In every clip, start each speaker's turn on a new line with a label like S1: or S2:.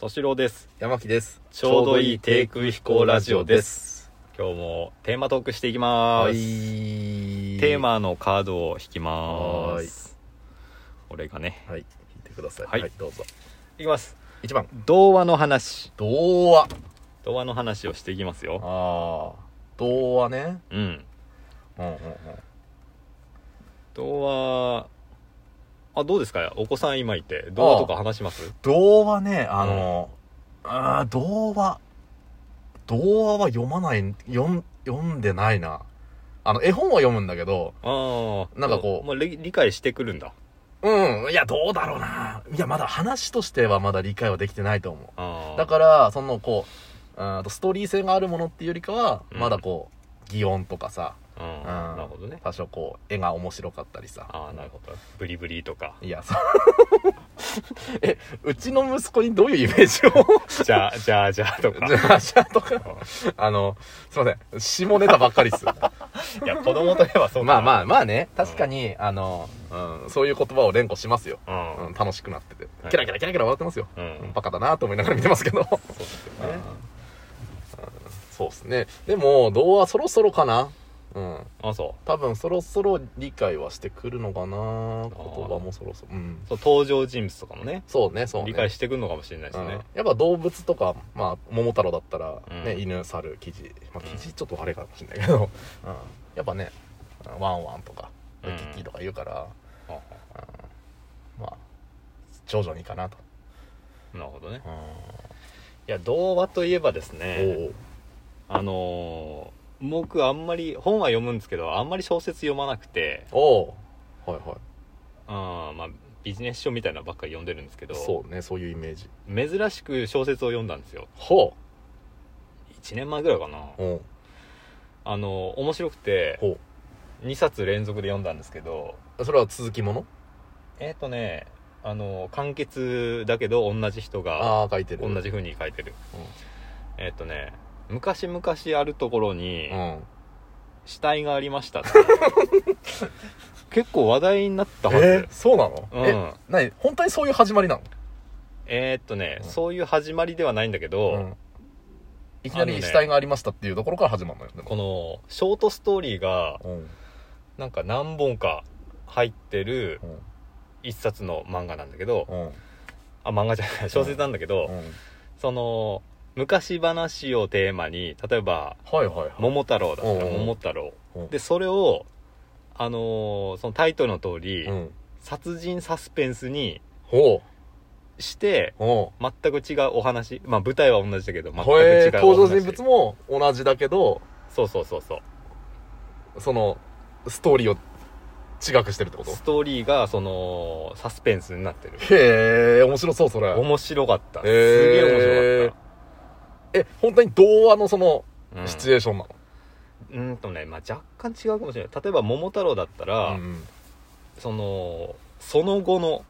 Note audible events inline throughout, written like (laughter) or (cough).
S1: 敏郎です
S2: 山木です
S1: ちょうどいい低空飛行ラジオです
S2: す
S1: 今日もテーマトークしていきます、
S2: はい
S1: テ
S2: テ
S1: ーマのカードを引きま
S2: はーい
S1: す俺がね
S2: はい聞いてください
S1: は
S2: はいい、どうぞ
S1: いきます
S2: 一番
S1: 童話の話
S2: 童話
S1: 童話の話をしていきますよ
S2: ああ童話ね
S1: うん
S2: うんうんうん
S1: 童話あどうですかお子さん今いて童話とか話します
S2: 童話ねあの、ああ童話童話は読まない読ん読んでないなあの絵本は読むんだけど
S1: ああ
S2: なんかこう
S1: もう理理解してくるんだ
S2: うんいやどうだろうないやまだ話としてはまだ理解はできてないと思う
S1: あ
S2: だからそのこううんとストーリー性があるものっていうよりかは、
S1: うん
S2: まだこう擬音とかさ
S1: らうん
S2: うん
S1: なるほどね
S2: 多少こう絵が面白かったりさ
S1: ああなるほどブリブリとか (laughs)
S2: いやそう (laughs) えうちの息子にどういうイメージを
S1: じゃあじゃあじゃあとか
S2: (laughs) じゃあじゃあとか (laughs) あのすいません下ネタばっかりっ (laughs) す
S1: いや子供といえばそう
S2: まあ
S1: あ
S2: まあまあね確かに、あの、うん、そういう言葉を連呼しますよ、
S1: うん、
S2: うん、楽しくなってて
S1: はい
S2: キラキラキラキラ笑ってますよ、
S1: うん
S2: バカだなと思いながら見てますけど
S1: そうですよ
S2: ね
S1: ね。
S2: (laughs) そうですね。でも、童話そろそろかな。うん。
S1: あ、そ
S2: 多分そろそろ理解はしてくるのかな。言葉もそろそろ。うん
S1: う。。そう、登場人物とかもね、
S2: そうね、そうね。
S1: 理解
S2: し
S1: してくるのかもしれないですね。
S2: やっぱ動物とか、まあ、桃太郎だったら、ね、
S1: うん
S2: 犬、猿、キジ。まあ、
S1: うん
S2: キジちょっとあれかもしれないけど、うん。やっぱね、ワンワンとか、
S1: う
S2: キ
S1: ん
S2: キとか言うから、
S1: ああ
S2: まあ、徐々にかなと。
S1: なるほどね。
S2: うん。
S1: いや、童話といえばです
S2: お
S1: ね、
S2: う
S1: あのー、僕あんまり、本は読むんですけど、あんまり小説読まなくて、
S2: おうはいはい。
S1: あーまあ、ビジネス書みたいなのばっかり読んでるんですけど、
S2: そうね、そういうイメージ。
S1: 珍しく小説を読んだんですよ。
S2: ほ
S1: 1年前ぐらいかな
S2: う。。うん。
S1: あのー、面白くて、
S2: ほ
S1: 2冊連続で読んだんですけど、
S2: う。それは続きもの
S1: えっとね、あのー、完結だけど同じ人が、
S2: ああ、書いてる。
S1: 同じ風に書いてる、えっとね昔々あるところに
S2: うん。
S1: 死体がありましたって (laughs) 結構話題になったはず
S2: えーそうなの、
S1: うん
S2: えなに本当にそういう始まりなの、
S1: えーっとね、
S2: うん
S1: そういう始まりではないんだけど、
S2: うんいきな
S1: あの
S2: り
S1: ね
S2: 死体がありましたっていうところから始まるのよで
S1: こ
S2: も
S1: のショートストーリーが
S2: うん
S1: なんか何本か入ってる
S2: うん
S1: 一冊の漫画なんだけど、
S2: うん
S1: あ漫画じゃない小説なんだけど、
S2: うん
S1: その昔話をテーマに例えば
S2: はいはい
S1: 「
S2: はい
S1: 桃太郎」だったら「
S2: うんうん
S1: 桃太郎
S2: うん」
S1: でそれをあのーそのタイトルの通り、
S2: うん
S1: 殺人サスペンスに
S2: ほ
S1: して
S2: うほ
S1: 全く違うお話まあ舞台は同じだけど
S2: う
S1: 全く違
S2: これ
S1: うお話
S2: 登場人物も同じだけど
S1: そうそうそうそう
S2: そのストーリーを違くしてるってこと
S1: ストーリーがそのサスペンスになってる
S2: へえ面白そうそれ
S1: 面白かったす
S2: へ
S1: げ
S2: ー
S1: え面白かっ
S2: え本当に童話のその
S1: た、うん、
S2: シチュエーションなの、
S1: うんとね、まあ、若干違うかもしれない例えば「桃太郎」だったら、
S2: うん
S1: そのその後の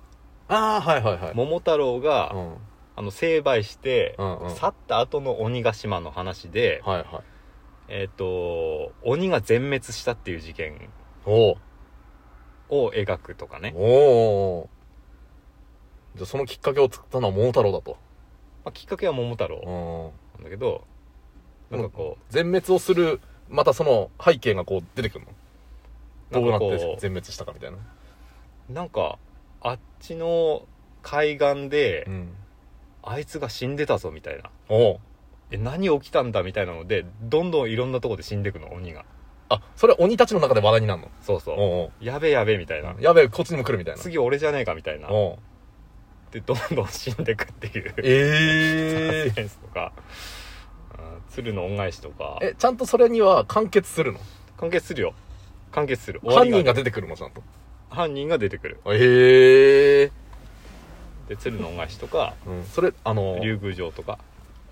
S2: ああはいはいはい
S1: 桃太郎が、
S2: うんうん
S1: あの成敗して、
S2: うんはい
S1: 去った後の鬼ヶ島の話で、
S2: はい
S1: えっ、と鬼が全滅したっていう事件
S2: おう
S1: を描くとかね
S2: おおじゃあそのきっかけを作ったのは桃太郎だと
S1: まあ、きっかけは桃太郎
S2: う
S1: なんだけど、
S2: うん
S1: なんかこ
S2: ん全滅をするまたその背景がこう出てくる
S1: な
S2: の
S1: ん
S2: どうな
S1: か
S2: っ
S1: こう
S2: て全滅したかみたいな
S1: うなんかあっちの海岸で、
S2: うん
S1: あいつが死んでたぞみたいな
S2: おう
S1: え何起きたんだみたいなのでどんどんいろんなとこで死んでくの鬼が
S2: あそれは鬼たちの中で話題になるの
S1: そうそう、
S2: おう
S1: やべえやべえみたいな
S2: おうやべえこっちにも来るみたいな
S1: 次俺じゃねえかみたいな
S2: おう
S1: でどんどん死んでくっていう
S2: え
S1: (laughs) センスとか、うん鶴の恩返しとか
S2: えちゃんとそれには完結するの
S1: 完結するよ完結する
S2: 犯人
S1: が
S2: が出てくるのちゃんと
S1: 犯人が出てくる
S2: ええ
S1: で鶴の恩返しとか
S2: うん、それあの
S1: 竜宮城とか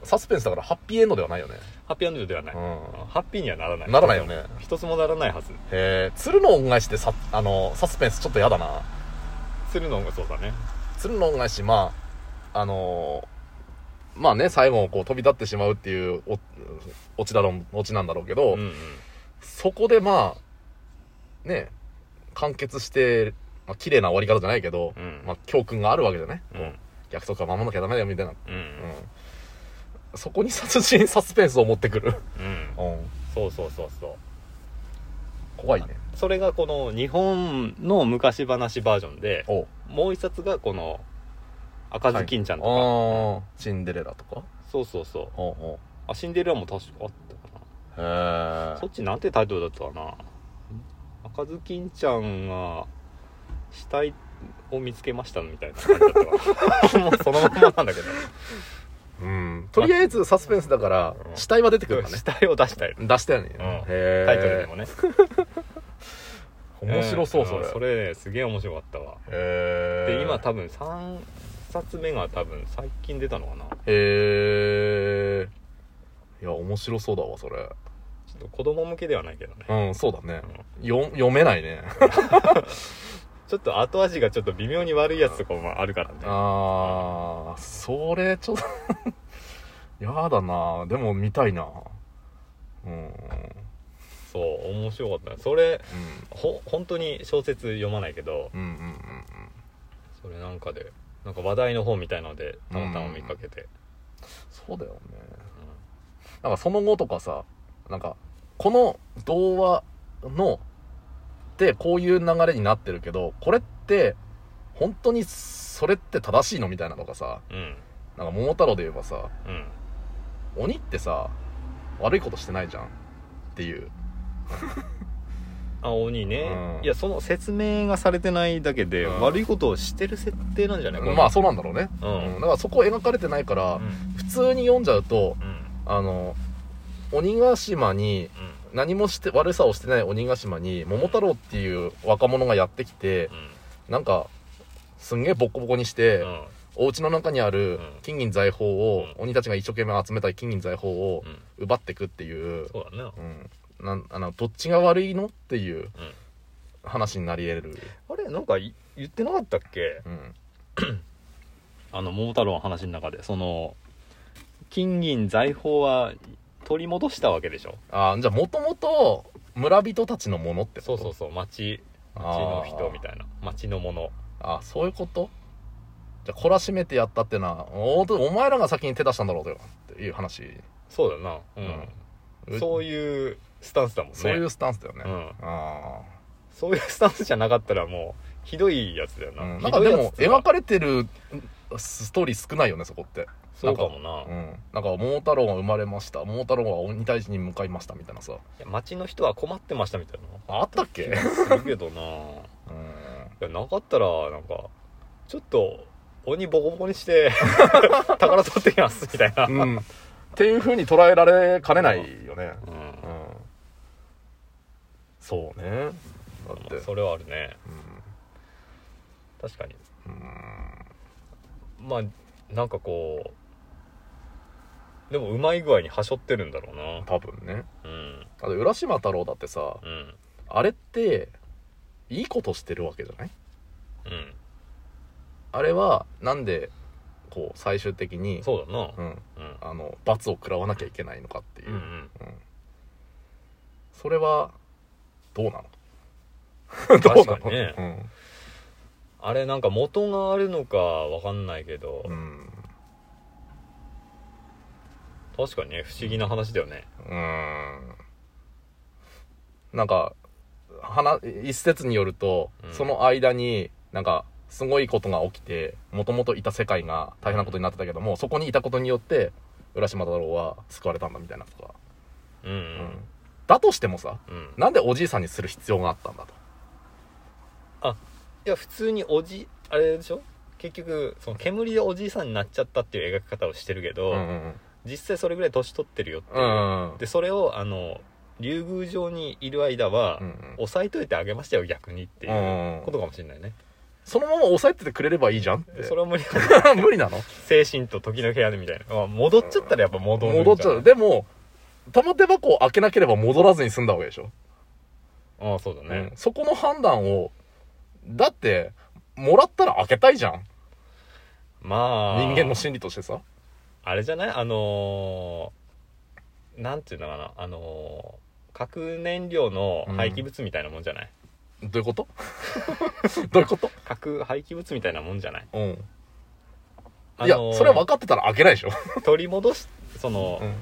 S2: サスペンスだからハッピーエンドではないよね
S1: ハッピーエンドではない、
S2: うん
S1: ハッピーにはならない
S2: ならないよね
S1: 一つもならないはず
S2: へえ鶴の恩返しってさあのサスペンスちょっとやだな
S1: 鶴の方がそうだね
S2: 鶴の恩返しまああのーまあね最後こう飛び立ってしまうっていうおオチだろうオチなんだろうけど、
S1: うんうん
S2: そこでまあね完結して、まあ綺麗な終わり方じゃないけど、
S1: うん
S2: まあ、教訓があるわけじゃない、
S1: うん
S2: 約束は守らなきゃダメだよみたいな、
S1: う
S2: うんん、そこに殺人サスペンスを持ってくる、
S1: うん
S2: うん、
S1: そうそうそうそう
S2: 怖いね
S1: それがこの日本の昔話バージョンで
S2: おう
S1: もう一冊がこの赤ずきんちゃんとか、
S2: ああシンデレラとか
S1: そうそうそう
S2: おうおう
S1: あシンデレラも確かあったか
S2: へえ
S1: なそっちなんてタイトルだったかな赤ずきんちゃんが死体を見つけましたみたいな感じだった
S2: (laughs)
S1: かなもうそのまんまなんだけど
S2: うんとりあえずサスペンスだから
S1: うん
S2: 死体は出 (laughs) てくるんだね
S1: 死体を出したい
S2: 出したよね、
S1: うん
S2: へえ
S1: タイトルでもね
S2: 面白そ
S1: ん
S2: うそれ、
S1: んそれねすげえ面白かったわ
S2: へえ
S1: で今多分3冊目が多分最近出たのかな
S2: へえいや面白そうだわそれ
S1: ちょっと子供向けではないけどね
S2: うんそうだねよ読めないね
S1: ちょっと後味がちょっと微妙に悪いやつとかもあるからね
S2: ああそれちょっと (laughs) やだなでも見たいなうん、うん、
S1: そう面白かったそれほ本当に小説読まないけど
S2: うんうんうんうん
S1: それなんかでなんか話題の本みたいのでたまたま見かけて、
S2: そうだよねなんかその後とかさなんかこの童話のでこういう流れになってるけどこれって本当にそれって正しいのみたいなとかさ
S1: うんうん
S2: なんか桃太郎で言えばさ
S1: うん
S2: 鬼ってさ悪いことしてないじゃんっていう
S1: あ鬼ね、
S2: うん
S1: いやその説明がされてないだけで、
S2: うん
S1: 悪いことをしてる設定なんじゃない
S2: まあそううなんだろうね、
S1: うん
S2: だからそこ描かれてないから、
S1: うん
S2: 普通に読んじゃうと
S1: うん
S2: あの鬼ヶ島に
S1: うん
S2: 何もして悪さをしてない鬼ヶ島に桃太郎っていう若者がやってきてなんかすんげえボッコボコにして、
S1: うんうん
S2: お家の中にある
S1: うん
S2: 金銀財宝を、
S1: うん
S2: 鬼たちが一生懸命集めた金銀財宝を
S1: うん
S2: 奪ってくっていう、
S1: そうだね
S2: うん、なんあのどっちが悪いのっていう
S1: うん
S2: 話になり得る、
S1: あれなんかい言ってなかったっけ
S2: うん、
S1: あの桃太郎の話の中でその金銀財宝は取り戻したわけでしょ
S2: あーじゃあもともと村人たちのものって
S1: そ
S2: こ
S1: うそ
S2: と
S1: うそう町町の人み
S2: い
S1: たいな町のもの
S2: あーあーそういうことじゃあ懲らしめてやったってのはおお前らが先に手出したんだろうよっていう話、
S1: そうだなうん、そう
S2: う
S1: いうスタンスだもんね
S2: そういうスタンスだよね、
S1: うん
S2: ああ
S1: そういうスタンスじゃなかったらもうひどいやつだよな、
S2: うん、な
S1: ひ
S2: んか
S1: どい
S2: で
S1: やつ
S2: も
S1: っていうか
S2: 描かれてるストーリー少ないよねそこって、
S1: そうかもな
S2: うん、なんか桃太郎が生まれました桃太郎は鬼退治に向かいましたみたいなさ
S1: いや町の人は困ってましたみたいな
S2: あったっけ、うん、
S1: (laughs) するけどないやなかったらなんかちょっと鬼ボコボコにして (laughs) 宝取ってきますみたいな、うん
S2: うん、っていうふうに捉えられかねないよね、うん、そうねだって、
S1: それはあるね
S2: う
S1: 確かに
S2: んうん、
S1: まあなんかこうでもうまい具合にはしょってるんだろうな
S2: 多分ね
S1: うん
S2: だって浦島太郎だってさ
S1: うん
S2: あれっていいことしてるわけじゃない
S1: うん
S2: あれはなんでこう最終的に
S1: そうだな
S2: うん、
S1: うん
S2: あの罰を食らわなきゃいけないのかっていう、
S1: うんうん
S2: うんそれはどうなの
S1: 確かにね
S2: (laughs) どうなの
S1: あれなんか元があるのかわかんないけど、
S2: うん、
S1: 確かにね不思議な話だよね
S2: うんうん、なんか話一説によると、
S1: うん
S2: その間になんかすごいことが起きてもともといた世界が大変なことになってたけどもそこにいたことによって浦島太郎は救われたんだみたいなとか、
S1: うん
S2: うんだとしてもさ
S1: うん、うん、
S2: なんでおじいさんにする必要があったんだと
S1: いや普通におじあれでしょ結局その煙でおじいさんになっちゃったっていう描き方をしてるけど、
S2: うんうん
S1: 実際それぐらい年取ってるよっていうう、
S2: んうん
S1: でそれをあの竜宮城にいる間は、
S2: うんうん
S1: 抑えといてあげましたよ逆にってい
S2: ん
S1: う
S2: うんうん
S1: ことかもしれないね、
S2: そのまま押さえててくれればいいじゃんって
S1: それは無理 (laughs)
S2: (laughs) 無理なの
S1: 精神と時の部屋でみたいな、まあ、戻っちゃったらやっぱ戻るんじゃない
S2: 戻っちゃうでも玉手箱を開けなければ戻らずに済んだわけでしょ、
S1: ああそうだね
S2: うん、そこの判断をだってもらったら開けたいじゃん
S1: まあ
S2: 人間の心理としてさ
S1: あれじゃないあのー、なんていうのかなあのー、核燃料の廃棄物みたいなもんじゃない、
S2: どういうこと (laughs) どういうこと
S1: 核廃棄物みたいなもんじゃない
S2: うん
S1: あ
S2: いや
S1: の
S2: それは分かってたら開けないでしょ、
S1: 取り戻しその、
S2: うん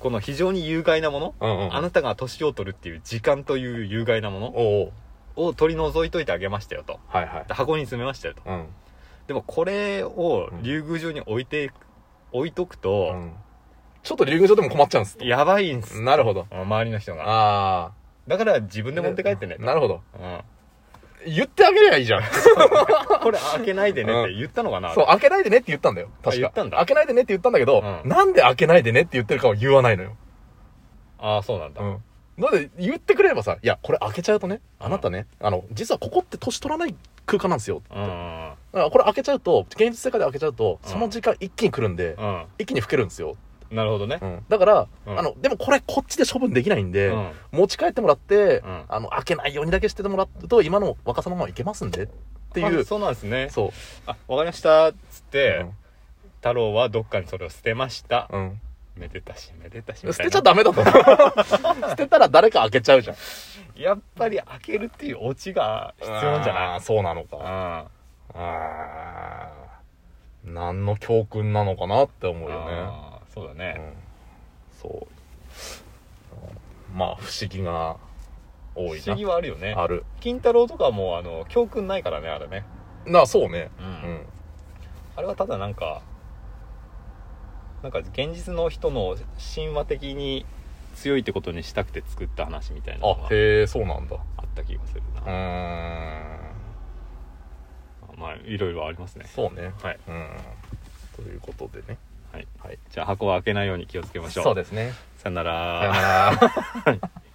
S1: この非常に有害なもの、
S2: うんうん、
S1: あなたが年を取るっていう時間という有害なもの
S2: おう
S1: を取り除いといてあげましたよと
S2: はいはい
S1: で箱に詰めましたよと
S2: うん
S1: でもこれを竜宮城に置いて置いとくと、
S2: うんちょっと竜宮城でも困っちゃうんです
S1: やばいんす
S2: なるほど
S1: 周りの人が
S2: ああ
S1: だから自分で持って帰ってねと
S2: なるほど
S1: うん
S2: 言ってあげればいいじゃん
S1: (laughs) これ開けないでねって言ったのかな
S2: そう開けないでねって言ったんだよ
S1: あ
S2: 確か
S1: 言ったんだ
S2: 開けないでねって言ったんだけど、
S1: うん
S2: なんで開けないでねって言ってるかは言わないのよ
S1: ああそうなんだ、
S2: うん。なんで言ってくれればさ、いや、これ開けちゃうとね、あなたね、あの、実はここって年取らない空間なんですよ。
S1: うんうん
S2: だからこれ開けちゃうと、現実世界で開けちゃうと、
S1: うん
S2: その時間一気に来るんで、
S1: うん
S2: 一気に老けるんですよ。
S1: なるほどね
S2: うんだから、
S1: うん
S2: あの、でもこれこっちで処分できないん
S1: う
S2: で、
S1: ん
S2: 持ち帰ってもらって、
S1: うん
S2: あの、開けないようにだけしててもらうと、今の若さのままいけますんで、ってい
S1: あ
S2: う。
S1: そうなんですね
S2: そう。
S1: あわかりましたっつって、
S2: うん
S1: 太郎はどっかにそれを捨てました、
S2: うん。
S1: めでたしめでたしみ
S2: 捨
S1: たい
S2: て
S1: な
S2: ちゃダメだ
S1: (laughs)
S2: と思う。捨てたら誰か開けちゃうじゃん。
S1: やっぱり開けるっていうオチが必要じゃない
S2: あーそうなのか。
S1: あ
S2: あー何の教訓なのかなって思うよね、
S1: あーそうだ
S2: う
S1: ね、
S2: ん、そうまあ不思議が多い
S1: 不思
S2: な
S1: 議はあるよね
S2: ある
S1: 金太郎とかもあの教訓ないからねあれね、
S2: なあそうね
S1: うん
S2: うん
S1: あれはただなんかなんか現実の人の神話的に強いってことにしたくて作った話みたいなの
S2: あ
S1: が
S2: へえそうなんだ
S1: あった気がするな、
S2: うー
S1: まあいろいろありますね
S2: んそうね
S1: はい、
S2: うんということでね
S1: はい
S2: はい
S1: じゃあ箱を開けないように気をつけましょう
S2: そうですね
S1: さよなら
S2: さよなら